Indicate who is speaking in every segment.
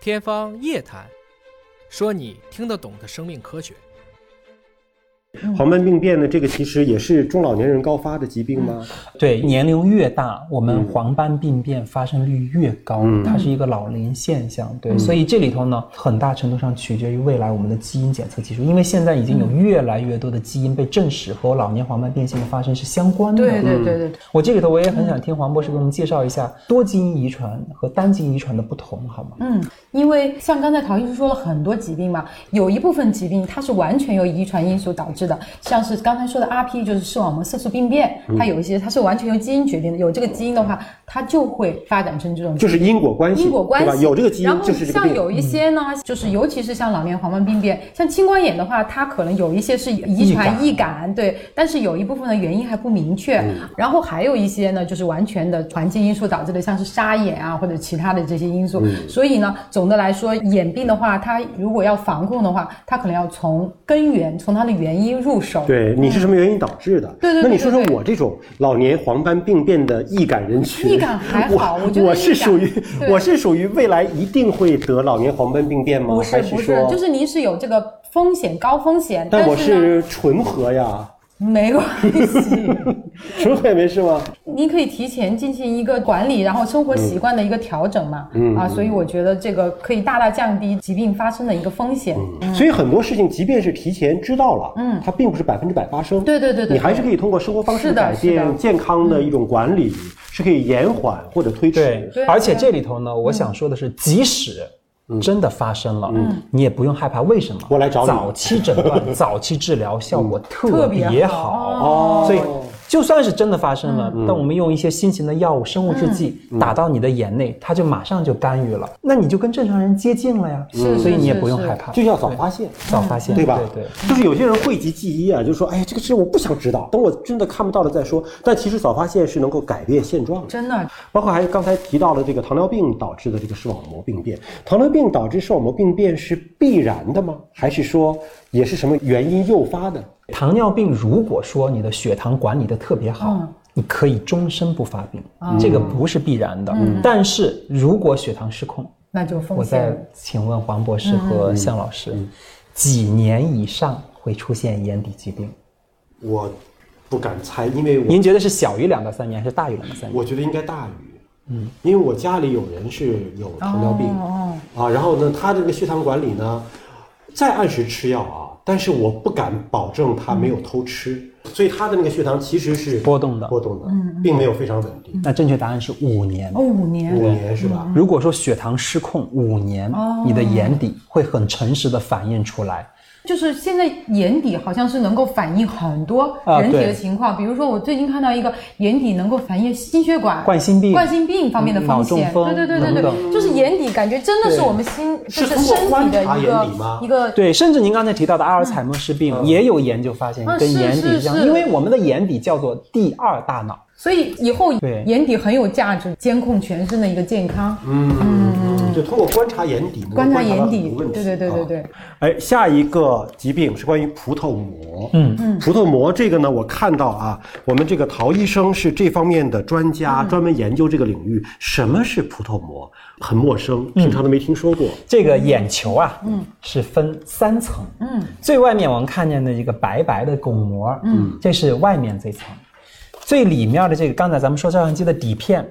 Speaker 1: 天方夜谭，说你听得懂的生命科学。
Speaker 2: 嗯
Speaker 3: 黄斑病变呢，这个其实也是中老年人高发的疾病吗？
Speaker 2: 嗯
Speaker 4: 对，年龄越大，我们黄斑病变发生率越高，
Speaker 3: 嗯
Speaker 4: 它是一个老龄现象。对，所以这里头呢，很大程度上取决于未来我们的基因检测技术，因为现在已经有越来越多的基因被证实和老年黄斑变性的发生是相关的。
Speaker 2: 对对嗯对对对，
Speaker 4: 我这里头我也很想听黄博士给我们介绍一下多基因遗传和单基因遗传的不同，好吗？
Speaker 2: 嗯，因为像刚才陶医师说了很多疾病嘛，有一部分疾病它是完全由遗传因素导致的，像是刚才说的 RP 就是视网膜色素病变，它有一些它是完全由基因决定的，有这个基因的话，它就会发展成这种疾
Speaker 3: 就
Speaker 2: 病
Speaker 3: 是因果关系，
Speaker 2: 因果关
Speaker 3: 对吧？
Speaker 2: 系
Speaker 3: 有这个基因
Speaker 2: 然后
Speaker 3: 就是这个
Speaker 2: 像
Speaker 3: 病。嗯
Speaker 2: 有一些呢，就是尤其是像老年黄斑病变，像青光眼的话，它可能有一些是遗传易感，对，但是有一部分的原因还不明确。
Speaker 3: 嗯
Speaker 2: 然后还有一些呢，就是完全的环境因素导致的，像是沙眼啊或者其他的这些因素。
Speaker 3: 嗯
Speaker 2: 所以呢，总的来说，眼病的话，它如果要防控的话，它可能要从根源，从它的原因入手。
Speaker 3: 对，你是什么原因导致的？
Speaker 2: 对对对
Speaker 3: 那你说说
Speaker 2: 对对
Speaker 3: 我这种老年黄斑病变的易感人群，
Speaker 2: 易感还好
Speaker 3: 我
Speaker 2: 我觉得
Speaker 3: 我是
Speaker 2: 易感
Speaker 3: 属于
Speaker 2: 对
Speaker 3: 我是属于未来一定会得老年黄斑病变吗？
Speaker 2: 不
Speaker 3: 还
Speaker 2: 是
Speaker 3: 是
Speaker 2: 不是
Speaker 3: 说，
Speaker 2: 就是您是有这个风险高风险，
Speaker 3: 但我
Speaker 2: 呢
Speaker 3: 是纯和呀，
Speaker 2: 没关系。
Speaker 3: 纯和也没事吗？
Speaker 2: 您可以提前进行一个管理，然后生活习惯的一个调整嘛，
Speaker 3: 嗯
Speaker 2: 啊，
Speaker 3: 嗯
Speaker 2: 所以我觉得这个可以大大降低疾病发生的一个风险。
Speaker 3: 嗯所以很多事情，即便是提前知道了，
Speaker 2: 嗯
Speaker 3: 它并不是百分之百发生。
Speaker 2: 对对对对
Speaker 3: 你还是可以通过生活方式
Speaker 2: 是的
Speaker 3: 改
Speaker 2: 是
Speaker 3: 变、
Speaker 2: 的
Speaker 3: 健康的一种管理，是可以延缓或者推
Speaker 4: 对
Speaker 3: 迟。，
Speaker 2: 对
Speaker 4: 而且这里头呢，我想说的是，即使真的发生了，你也不用害怕。为什么？
Speaker 3: 我来找你
Speaker 4: 早期诊断、早期治疗效果特
Speaker 2: 特别
Speaker 4: 别
Speaker 2: 好
Speaker 4: 好。
Speaker 3: 哦，
Speaker 4: 所以，就算是真的发生了，但我们用一些新型的药物、生物制剂打到你的眼内，它就马上就干预了，那你就跟正常人接近了呀。
Speaker 2: 是
Speaker 4: 所以你也不用
Speaker 2: 是是
Speaker 4: 害怕，
Speaker 3: 就要早发现。
Speaker 4: 早发现，
Speaker 3: 对吧？
Speaker 4: 对对。
Speaker 3: 就是有些人讳疾忌医啊，就说哎呀，这个事我不想知道，等我真的看不到了再说。但其实早发现是能够改变现状的。
Speaker 2: 真的，
Speaker 3: 包括还有刚才提到了这个糖尿病导致的这个视网膜病变，糖尿病导致视网膜病变是必然的吗？还是说也是什么原因诱发的？
Speaker 4: 糖尿病如果说你的血糖管理的特别好，
Speaker 2: 嗯
Speaker 4: 你可以终身不发病，这个不是必然的。但是如果血糖失控，
Speaker 2: 那就风
Speaker 4: 我再
Speaker 2: 险
Speaker 4: 请问黄博士
Speaker 2: 嗯
Speaker 4: 和向老师，几年以上会出现眼底疾病？
Speaker 3: 我不敢猜，因为我
Speaker 4: 您觉得是小于两到三年，还是大于两到三年？
Speaker 3: 我觉得应该大于，嗯，因为我家里有人是有糖尿病，
Speaker 2: 哦
Speaker 3: 啊，然后呢，他这个血糖管理呢，再按时吃药啊，但是我不敢保证他没有偷吃，所以他的那个血糖其实是
Speaker 4: 波动的
Speaker 3: 波动的，
Speaker 2: 嗯
Speaker 3: 并没有非常稳定，
Speaker 4: 那正确答案是五年。
Speaker 2: 哦，五年
Speaker 3: 五年是吧？
Speaker 4: 如果说血糖失控五年，
Speaker 2: 哦
Speaker 4: 你的眼底会很诚实的反映出来。
Speaker 2: 就是现在眼底好像是能够反映很多
Speaker 4: 啊
Speaker 2: 人体
Speaker 4: 对
Speaker 2: 的情况，比如说我最近看到一个眼底能够反映心血管、
Speaker 4: 冠心病
Speaker 2: 冠心病方面的
Speaker 4: 脑
Speaker 2: 风
Speaker 4: 中
Speaker 2: 险，
Speaker 4: 风
Speaker 2: 对对对对
Speaker 4: 等
Speaker 2: 对，
Speaker 4: 等
Speaker 2: 就是眼底感觉真的是
Speaker 3: 对
Speaker 2: 我们心就是是
Speaker 3: 通过
Speaker 2: 身体
Speaker 3: 观
Speaker 2: 的
Speaker 3: 察
Speaker 2: 一
Speaker 3: 眼底吗
Speaker 2: 个一个
Speaker 4: 对，甚至您刚才提到的阿尔采默氏病，也有研究发现
Speaker 2: 嗯
Speaker 4: 跟
Speaker 2: 是
Speaker 4: 眼底
Speaker 2: 是
Speaker 4: 相，
Speaker 2: 是
Speaker 4: 因为我们的眼底叫做第二大脑。
Speaker 2: 所以以后
Speaker 4: 对
Speaker 2: 眼底很有价值，监控全身的一个健康，
Speaker 3: 嗯，就通过观察眼底，能够
Speaker 2: 观察
Speaker 3: 到
Speaker 2: 眼底
Speaker 3: 很多问，题
Speaker 2: 对对对对
Speaker 3: 啊
Speaker 2: 对，
Speaker 3: 哎，下一个疾病是关于葡萄膜。嗯嗯，葡萄膜这个呢，我看到啊，我们这个陶医生是这方面的专
Speaker 2: 嗯
Speaker 3: 家，专门研究这个领域。什么是葡萄膜？很陌生，平常都没听说过。
Speaker 4: 这个眼球啊，嗯，是分三层，嗯，最外面我们看见的一个白白的巩膜，嗯，这是外面这层，最里面的这个，刚才咱们说照相机的底片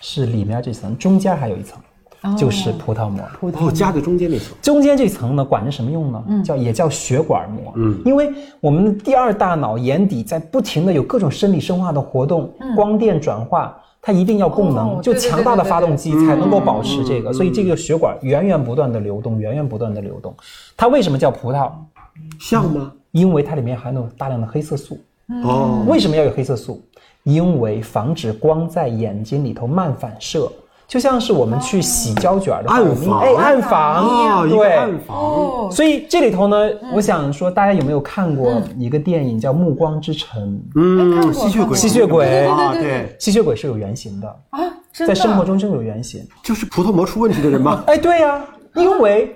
Speaker 4: 是里面这层，中间还有一层，就是葡萄膜。
Speaker 3: 哦，夹在中间那层。
Speaker 4: 中间这层呢，管着什么用呢？
Speaker 2: 嗯
Speaker 4: 叫也叫血管膜。嗯，因为我们的第二大脑眼底在不停的有各种生理生化的活动，光电转化，它一定要供能，
Speaker 2: 嗯哦
Speaker 4: 就
Speaker 2: 对对对
Speaker 4: 强大的
Speaker 2: 对对
Speaker 4: 发动机才能够保持
Speaker 3: 嗯
Speaker 4: 这个。所以这个血管源源不断的流动，源源不断的流动。它为什么叫葡萄？
Speaker 2: 嗯
Speaker 3: 像吗？
Speaker 4: 因为它里面含有大量的黑色素。
Speaker 2: 嗯
Speaker 3: 哦，
Speaker 4: 为什么要有黑色素？因为防止光在眼睛里头漫反射，就像是我们去洗胶卷的话
Speaker 3: 暗
Speaker 4: 我们
Speaker 3: 房
Speaker 4: 哎，暗房，
Speaker 3: 哦，一个
Speaker 4: 对，
Speaker 3: 暗房。
Speaker 2: 嗯哦，嗯
Speaker 4: 所以这里头呢，我想说，大家有没有看过一个电影叫《暮光之城》？
Speaker 2: 哎
Speaker 3: 嗯，
Speaker 2: 看过
Speaker 3: 吸血鬼，
Speaker 4: 吸血鬼
Speaker 3: 啊，
Speaker 2: 对对对
Speaker 3: 对，
Speaker 4: 吸血鬼是有原型的，
Speaker 2: 啊，真的，
Speaker 4: 在生活中真有原型。
Speaker 3: 就是葡萄膜出问题的人吗？
Speaker 4: 哎，对呀、
Speaker 2: 嗯
Speaker 4: 因为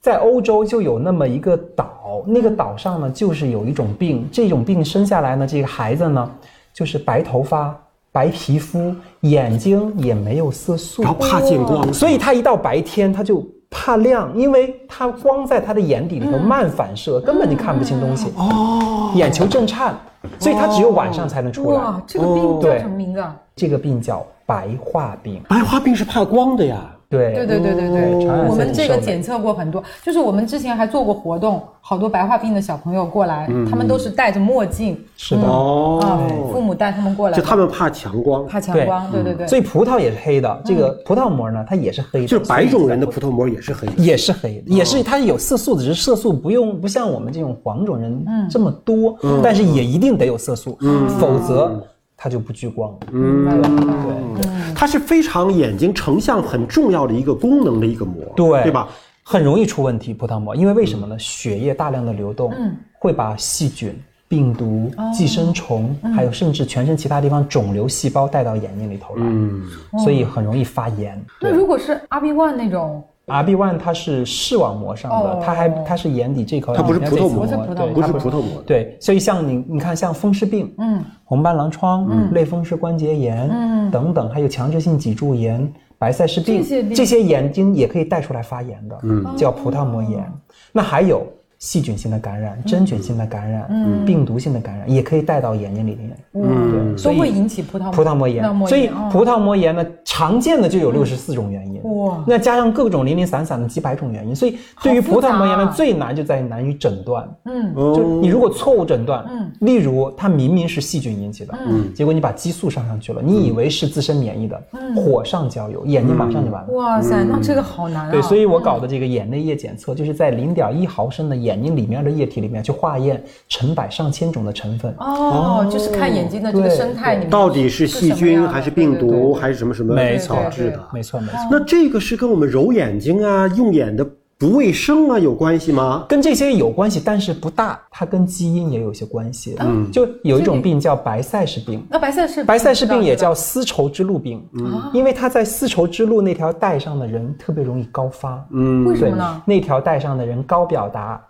Speaker 4: 在欧洲就有那么一个岛，那个岛上呢就是有一种病，这种病生下来呢，这个孩子呢就是白头发、白皮肤，眼睛也没有色素
Speaker 2: 哦
Speaker 3: 然，后怕见光，
Speaker 4: 所以他一到白天他就怕亮，因为它光在它的眼底里头慢反射，根本就看不清东西。
Speaker 2: 嗯
Speaker 4: 哦，眼球震颤，所以它只有晚上才能出来。哦
Speaker 2: 哇，这个病叫什么名字啊？
Speaker 4: 这个病叫白化病。
Speaker 3: 白化病是怕光的呀。
Speaker 4: 对哦
Speaker 2: 对对对对对，
Speaker 4: 传染
Speaker 2: 我
Speaker 4: 性
Speaker 2: 们
Speaker 4: 挺
Speaker 2: 这
Speaker 4: 受
Speaker 2: 个
Speaker 4: 的
Speaker 2: 检测过很多，就是我们之前还做过活动，好多白化病的小朋友过来，
Speaker 4: 嗯
Speaker 2: 他们都是戴着墨镜
Speaker 4: 是的。
Speaker 2: 啊
Speaker 3: 哦，
Speaker 2: 父母带他们过来
Speaker 3: 就
Speaker 2: 的，
Speaker 3: 他们怕强光，
Speaker 2: 怕强
Speaker 4: 对嗯
Speaker 2: 光，对对对，嗯
Speaker 4: 所以葡萄也是黑的，这个葡萄膜呢，它也是黑的。
Speaker 3: 就是白种人的葡哦萄膜也是黑的。
Speaker 4: 也是黑的，也是它有色素，只是色素不用不像我们这种黄种人
Speaker 2: 嗯
Speaker 4: 这么多，
Speaker 3: 嗯
Speaker 4: 但是也一定得有色素，否则它就不聚光了。
Speaker 3: 嗯
Speaker 2: 明
Speaker 4: 嗯
Speaker 2: 白了嗯明白了
Speaker 3: 它是非常眼睛成像很重要的一个功能的一个膜，
Speaker 4: 对，
Speaker 3: 对吧？？嗯
Speaker 4: 很容易出问题，葡萄膜，因为为什么呢？血液大量的流动，
Speaker 2: 嗯
Speaker 4: 会把细菌、病毒、
Speaker 2: 哦
Speaker 4: 寄生虫，
Speaker 2: 嗯
Speaker 4: 还有甚至全身其他地方肿瘤细胞带到眼睛里头来，
Speaker 3: 嗯，
Speaker 4: 所以很容易发炎。
Speaker 2: 那如果是 RB one 那种，
Speaker 4: RB one 它是视网膜上的，
Speaker 2: 哦
Speaker 4: 它还它是眼底这颗，
Speaker 3: 它不是
Speaker 4: 眼睛
Speaker 3: 葡萄
Speaker 4: 这
Speaker 3: 膜
Speaker 4: 层
Speaker 2: 不是葡萄
Speaker 4: 对
Speaker 2: 膜
Speaker 3: 不
Speaker 4: 它
Speaker 3: 是葡萄膜的。
Speaker 4: 对，所以像你，你看，像风湿病、
Speaker 2: 嗯，
Speaker 4: 红斑狼疮、类风湿关节炎、嗯等等，还有强直性脊柱炎、白塞氏病，
Speaker 2: 这些病
Speaker 4: 眼睛也可以带出来发炎的，嗯，叫葡萄膜炎。那还有细菌性的感染、
Speaker 2: 嗯
Speaker 4: 真菌性的感染、病毒性的感染，也可以带到眼睛里面。
Speaker 2: 嗯，
Speaker 4: 所
Speaker 2: 都
Speaker 4: 以
Speaker 2: 会引起葡萄
Speaker 4: 葡萄膜炎，所以
Speaker 2: 哦
Speaker 4: 葡萄膜炎呢，常见的就有六十四种原因，
Speaker 2: 哇
Speaker 4: 那加上各种零零散散的几百种原因，所以对于
Speaker 2: 嗯好复
Speaker 4: 葡萄膜炎
Speaker 2: 杂
Speaker 4: 呢
Speaker 2: 啊，
Speaker 4: 最难就在于难于诊断，
Speaker 2: 嗯
Speaker 3: 哦
Speaker 4: 就你如果错误诊断，例如它明明是细菌引起的，
Speaker 2: 嗯
Speaker 4: 结果你把激素上上去了，你以为是自身免疫的，火上浇油，眼睛马上就完了。
Speaker 2: 嗯哇塞，那这个好难啊，
Speaker 4: 嗯对，所以我搞的这个眼内液检测，就是在零点一毫升的眼睛里面的液体里面去化验成百上千种的成分，
Speaker 2: 哦，就是看眼睛的这个
Speaker 4: 哦对
Speaker 2: 生态里面
Speaker 3: 到底是细
Speaker 2: 什么样
Speaker 3: 菌
Speaker 2: 的
Speaker 3: 还是病
Speaker 2: 对对对
Speaker 3: 毒还是什么什么
Speaker 4: 没
Speaker 2: 错
Speaker 3: 导致
Speaker 2: 对
Speaker 3: 的？
Speaker 4: 没错没错。
Speaker 3: 那这个是跟我们揉眼睛啊、用眼的不卫生啊有关系吗？
Speaker 4: 跟这些有关系，但是不大，它跟基因也有一些关系。嗯，就有一种病叫白塞氏病，
Speaker 2: 那白塞氏
Speaker 4: 白塞氏病也
Speaker 2: 知道
Speaker 4: 叫丝绸之路病，因为它在丝绸之路那条带上的人特别容易高发。嗯，
Speaker 2: 为什么呢？
Speaker 4: 那条带上的人高表达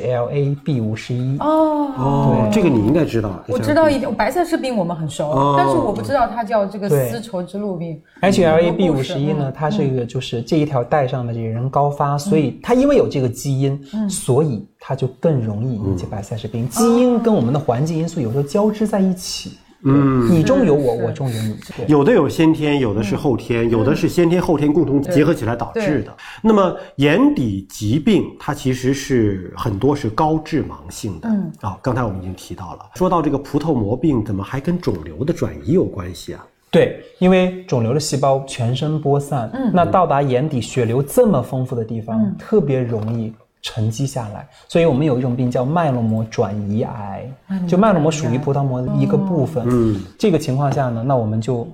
Speaker 4: HLA-B 五十一。
Speaker 2: 哦。
Speaker 3: 哦，这个你应该知道。
Speaker 2: 我知道一点，白塞氏病我们很熟，
Speaker 3: 哦
Speaker 2: 但是我不知道它叫这个
Speaker 4: 对
Speaker 2: 丝绸之路病。
Speaker 4: HLA-B
Speaker 2: 有
Speaker 4: 五
Speaker 2: 故事嗯
Speaker 4: 十一呢，它这个就是这一条带上的这个人高发，所以它因为有这个基因，
Speaker 2: 嗯
Speaker 4: 所以它就更容易引起白塞氏病。
Speaker 2: 哦
Speaker 4: 基因跟我们的环境因素有时候交织在一起，嗯，你中有我，
Speaker 2: 是
Speaker 4: 我中有你，对。
Speaker 3: 有的有先天，有的
Speaker 2: 嗯
Speaker 3: 是后天，有的是先天后天共同结合起来导致的。那么眼底疾病它其实是很多是高致盲性的。嗯啊，刚才我们已经提到了，说到这个葡萄膜病，怎么还跟肿瘤的转移有关系啊？
Speaker 4: 对，因为肿瘤的细胞全身播散，那到达眼底血流这么丰富的地方，特别容易沉积下来，所以我们有一种病叫脉络膜转移癌，就脉络膜属于葡萄膜的一个部分。嗯，这个情况下呢，那我们就。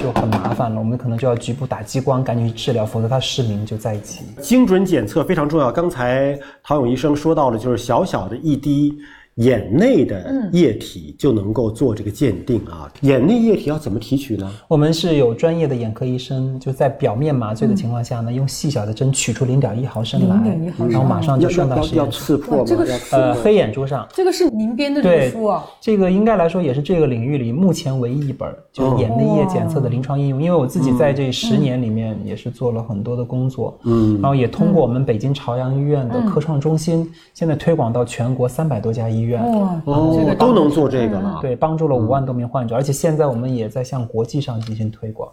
Speaker 4: 就很麻烦了，我们可能就要局部打激光，赶紧去治疗，否则它失明就在即。
Speaker 3: 精准检测非常重要。刚才唐勇医生说到了，就是小小的一滴眼内的
Speaker 2: 嗯
Speaker 3: 液体就能够做这个鉴定啊。眼内液体要怎么提取呢？
Speaker 4: 我们是有专业的眼科医生，就在表面麻醉的情况下呢，用细小的针取嗯出零点一毫升来，
Speaker 2: 0.1毫升
Speaker 4: 然后马上就
Speaker 3: 要
Speaker 4: 送
Speaker 3: 要
Speaker 4: 到
Speaker 3: 要
Speaker 4: 实验
Speaker 3: 要
Speaker 4: 室。
Speaker 3: 刺破吗？
Speaker 2: 哇这个
Speaker 3: 要
Speaker 2: 是
Speaker 3: 刺
Speaker 4: 呃，
Speaker 3: 破。
Speaker 4: 黑眼珠上
Speaker 2: 这个是您编的这
Speaker 4: 对
Speaker 2: 本书啊，
Speaker 4: 这个应该来说也是这个领域里目前唯一一本儿就是眼内液检测的临床应用，因为我自己在这
Speaker 2: 嗯
Speaker 4: 十年里面也是做了很多的工作，嗯，然后也通过我们北京朝阳医院
Speaker 2: 嗯
Speaker 4: 的科创中心，现在推广到全国三百多家医院，
Speaker 2: 哇，这
Speaker 3: 哦
Speaker 2: 个，嗯
Speaker 3: 都能做这个了，，
Speaker 4: 对，帮助了五万多名患者，而且现在我们也在向国际上进行推广。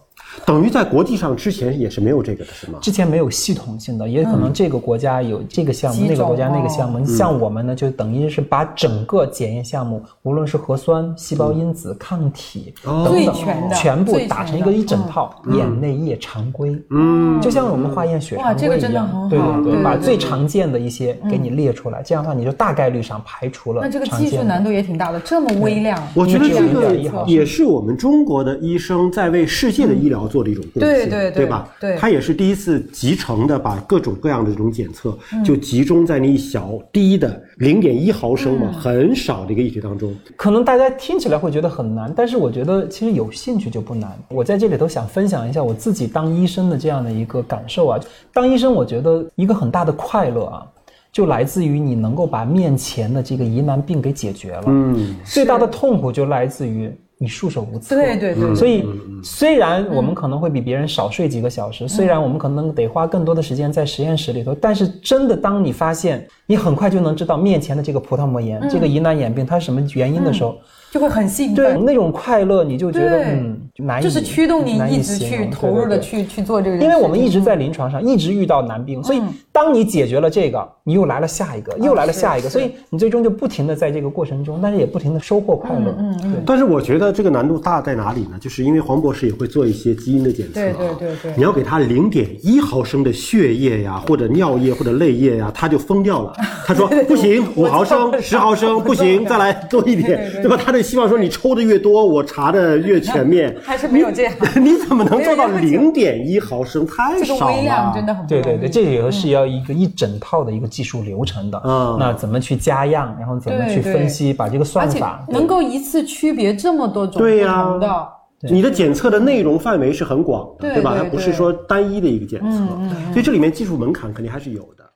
Speaker 3: 等于在国际上之前也是没有这个的，是吗？
Speaker 4: 之前没有系统性的，也可能这个国家有这个项目，
Speaker 2: 嗯几种哦
Speaker 4: 那个国家那个项目。像我们呢，就等于是把整个检验项目，无论是核酸、细胞因子、抗体
Speaker 3: 哦
Speaker 4: 等
Speaker 2: 最
Speaker 4: 等
Speaker 2: 全的，
Speaker 4: 全部
Speaker 2: 最全
Speaker 4: 打成一
Speaker 2: 的
Speaker 4: 个一整套眼内液常规。嗯，就像我们化验血
Speaker 2: 哇
Speaker 4: 常
Speaker 2: 这个
Speaker 4: 规
Speaker 2: 真
Speaker 4: 一
Speaker 2: 的
Speaker 4: 样
Speaker 2: 很，
Speaker 4: 对
Speaker 2: 好
Speaker 4: 对
Speaker 2: 对对
Speaker 4: 对，把
Speaker 2: 对
Speaker 4: 最常见的一些给你列出来，这样的话你就大概率上排除了
Speaker 2: 嗯那这个
Speaker 4: 常
Speaker 2: 技术
Speaker 4: 见的
Speaker 2: 难度也挺大的，这么微量，
Speaker 3: 我觉得
Speaker 4: 因为只
Speaker 3: 这
Speaker 4: 有
Speaker 3: 个
Speaker 4: 1.1毫升
Speaker 3: 也是我们中国的医生在为世界的医疗做的一种贡献，
Speaker 2: 对对对
Speaker 3: 吧？
Speaker 2: 对
Speaker 3: 他也是第一次集成的，把各种各样的这种检测就集中在那一小滴的零点一毫升嘛，很少的一个液体当中。
Speaker 4: 可能大家听起来会觉得很难，但是我觉得其实有兴趣就不难。我在这里头想分享一下我自己当医生的这样的一个感受啊。当医生，我觉得一个很大的快乐啊，就来自于你能够把面前的这个疑难病给解决了。嗯，最大的痛苦就来自于你束手无策。
Speaker 2: 对对对，
Speaker 4: 所以，虽然我们可能会比别人少睡几个小时，
Speaker 2: 嗯
Speaker 4: 虽然我们可能得花更多的时间在实验室里头，但是真的，当你发现你很快就能知道面前的这个葡萄膜炎、
Speaker 2: 嗯
Speaker 4: 这个疑难眼病它是什么原因的时候，
Speaker 2: 就会很兴
Speaker 4: 对
Speaker 2: 奋，
Speaker 4: 那种快乐，你就觉得
Speaker 2: 对
Speaker 4: 嗯，就难以
Speaker 2: 就是驱动你
Speaker 4: 难以
Speaker 2: 一直
Speaker 4: 形
Speaker 2: 去
Speaker 4: 容
Speaker 2: 投
Speaker 4: 对
Speaker 2: 入的嗯
Speaker 4: 对对
Speaker 2: 去去做这个事情，
Speaker 4: 因为我们一直在临床上一直遇到难病，所以当你解决了这个，你又来了下一个，又来了
Speaker 2: 是
Speaker 4: 下一个，
Speaker 2: 啊是
Speaker 4: 所以你最终就不停的在这个过程中，但是也不停的收获快乐。嗯嗯，
Speaker 3: 但是我觉得这个难度大在哪里呢？就是因为黄博士也会做一些基因的检测、啊，
Speaker 2: 对对对对
Speaker 3: 你要给他零点一毫升的血液呀，或者尿液或者泪液呀，他就疯掉了。他说不行，五毫升、十毫升不行，再来多一点，对吧？他就希望说你抽的越多，我查的越全面。
Speaker 2: 还是没有这样，
Speaker 3: 你怎么能做到
Speaker 2: 没有
Speaker 3: 零点一毫升？ 太
Speaker 2: 这个
Speaker 3: 少
Speaker 2: 微量
Speaker 3: 了。
Speaker 2: 真的很不
Speaker 4: 对对
Speaker 2: 容易
Speaker 4: 对，这也是要一个一整套的一个技术流程的。
Speaker 3: 嗯
Speaker 4: 那怎么去加样，然后怎么
Speaker 2: 对
Speaker 4: 去
Speaker 2: 对
Speaker 4: 分析，把这个
Speaker 2: 而
Speaker 4: 算
Speaker 2: 且
Speaker 4: 法
Speaker 2: 能够一次区别这么多种
Speaker 3: 对
Speaker 2: 不
Speaker 3: 呀
Speaker 2: 同的，
Speaker 3: 你的检测的内容范围是很广的，
Speaker 2: 对
Speaker 3: 吧？
Speaker 2: 对
Speaker 3: 它不是
Speaker 2: 对
Speaker 3: 说单一的一个检测，所以这里面技术门槛肯定还是有的。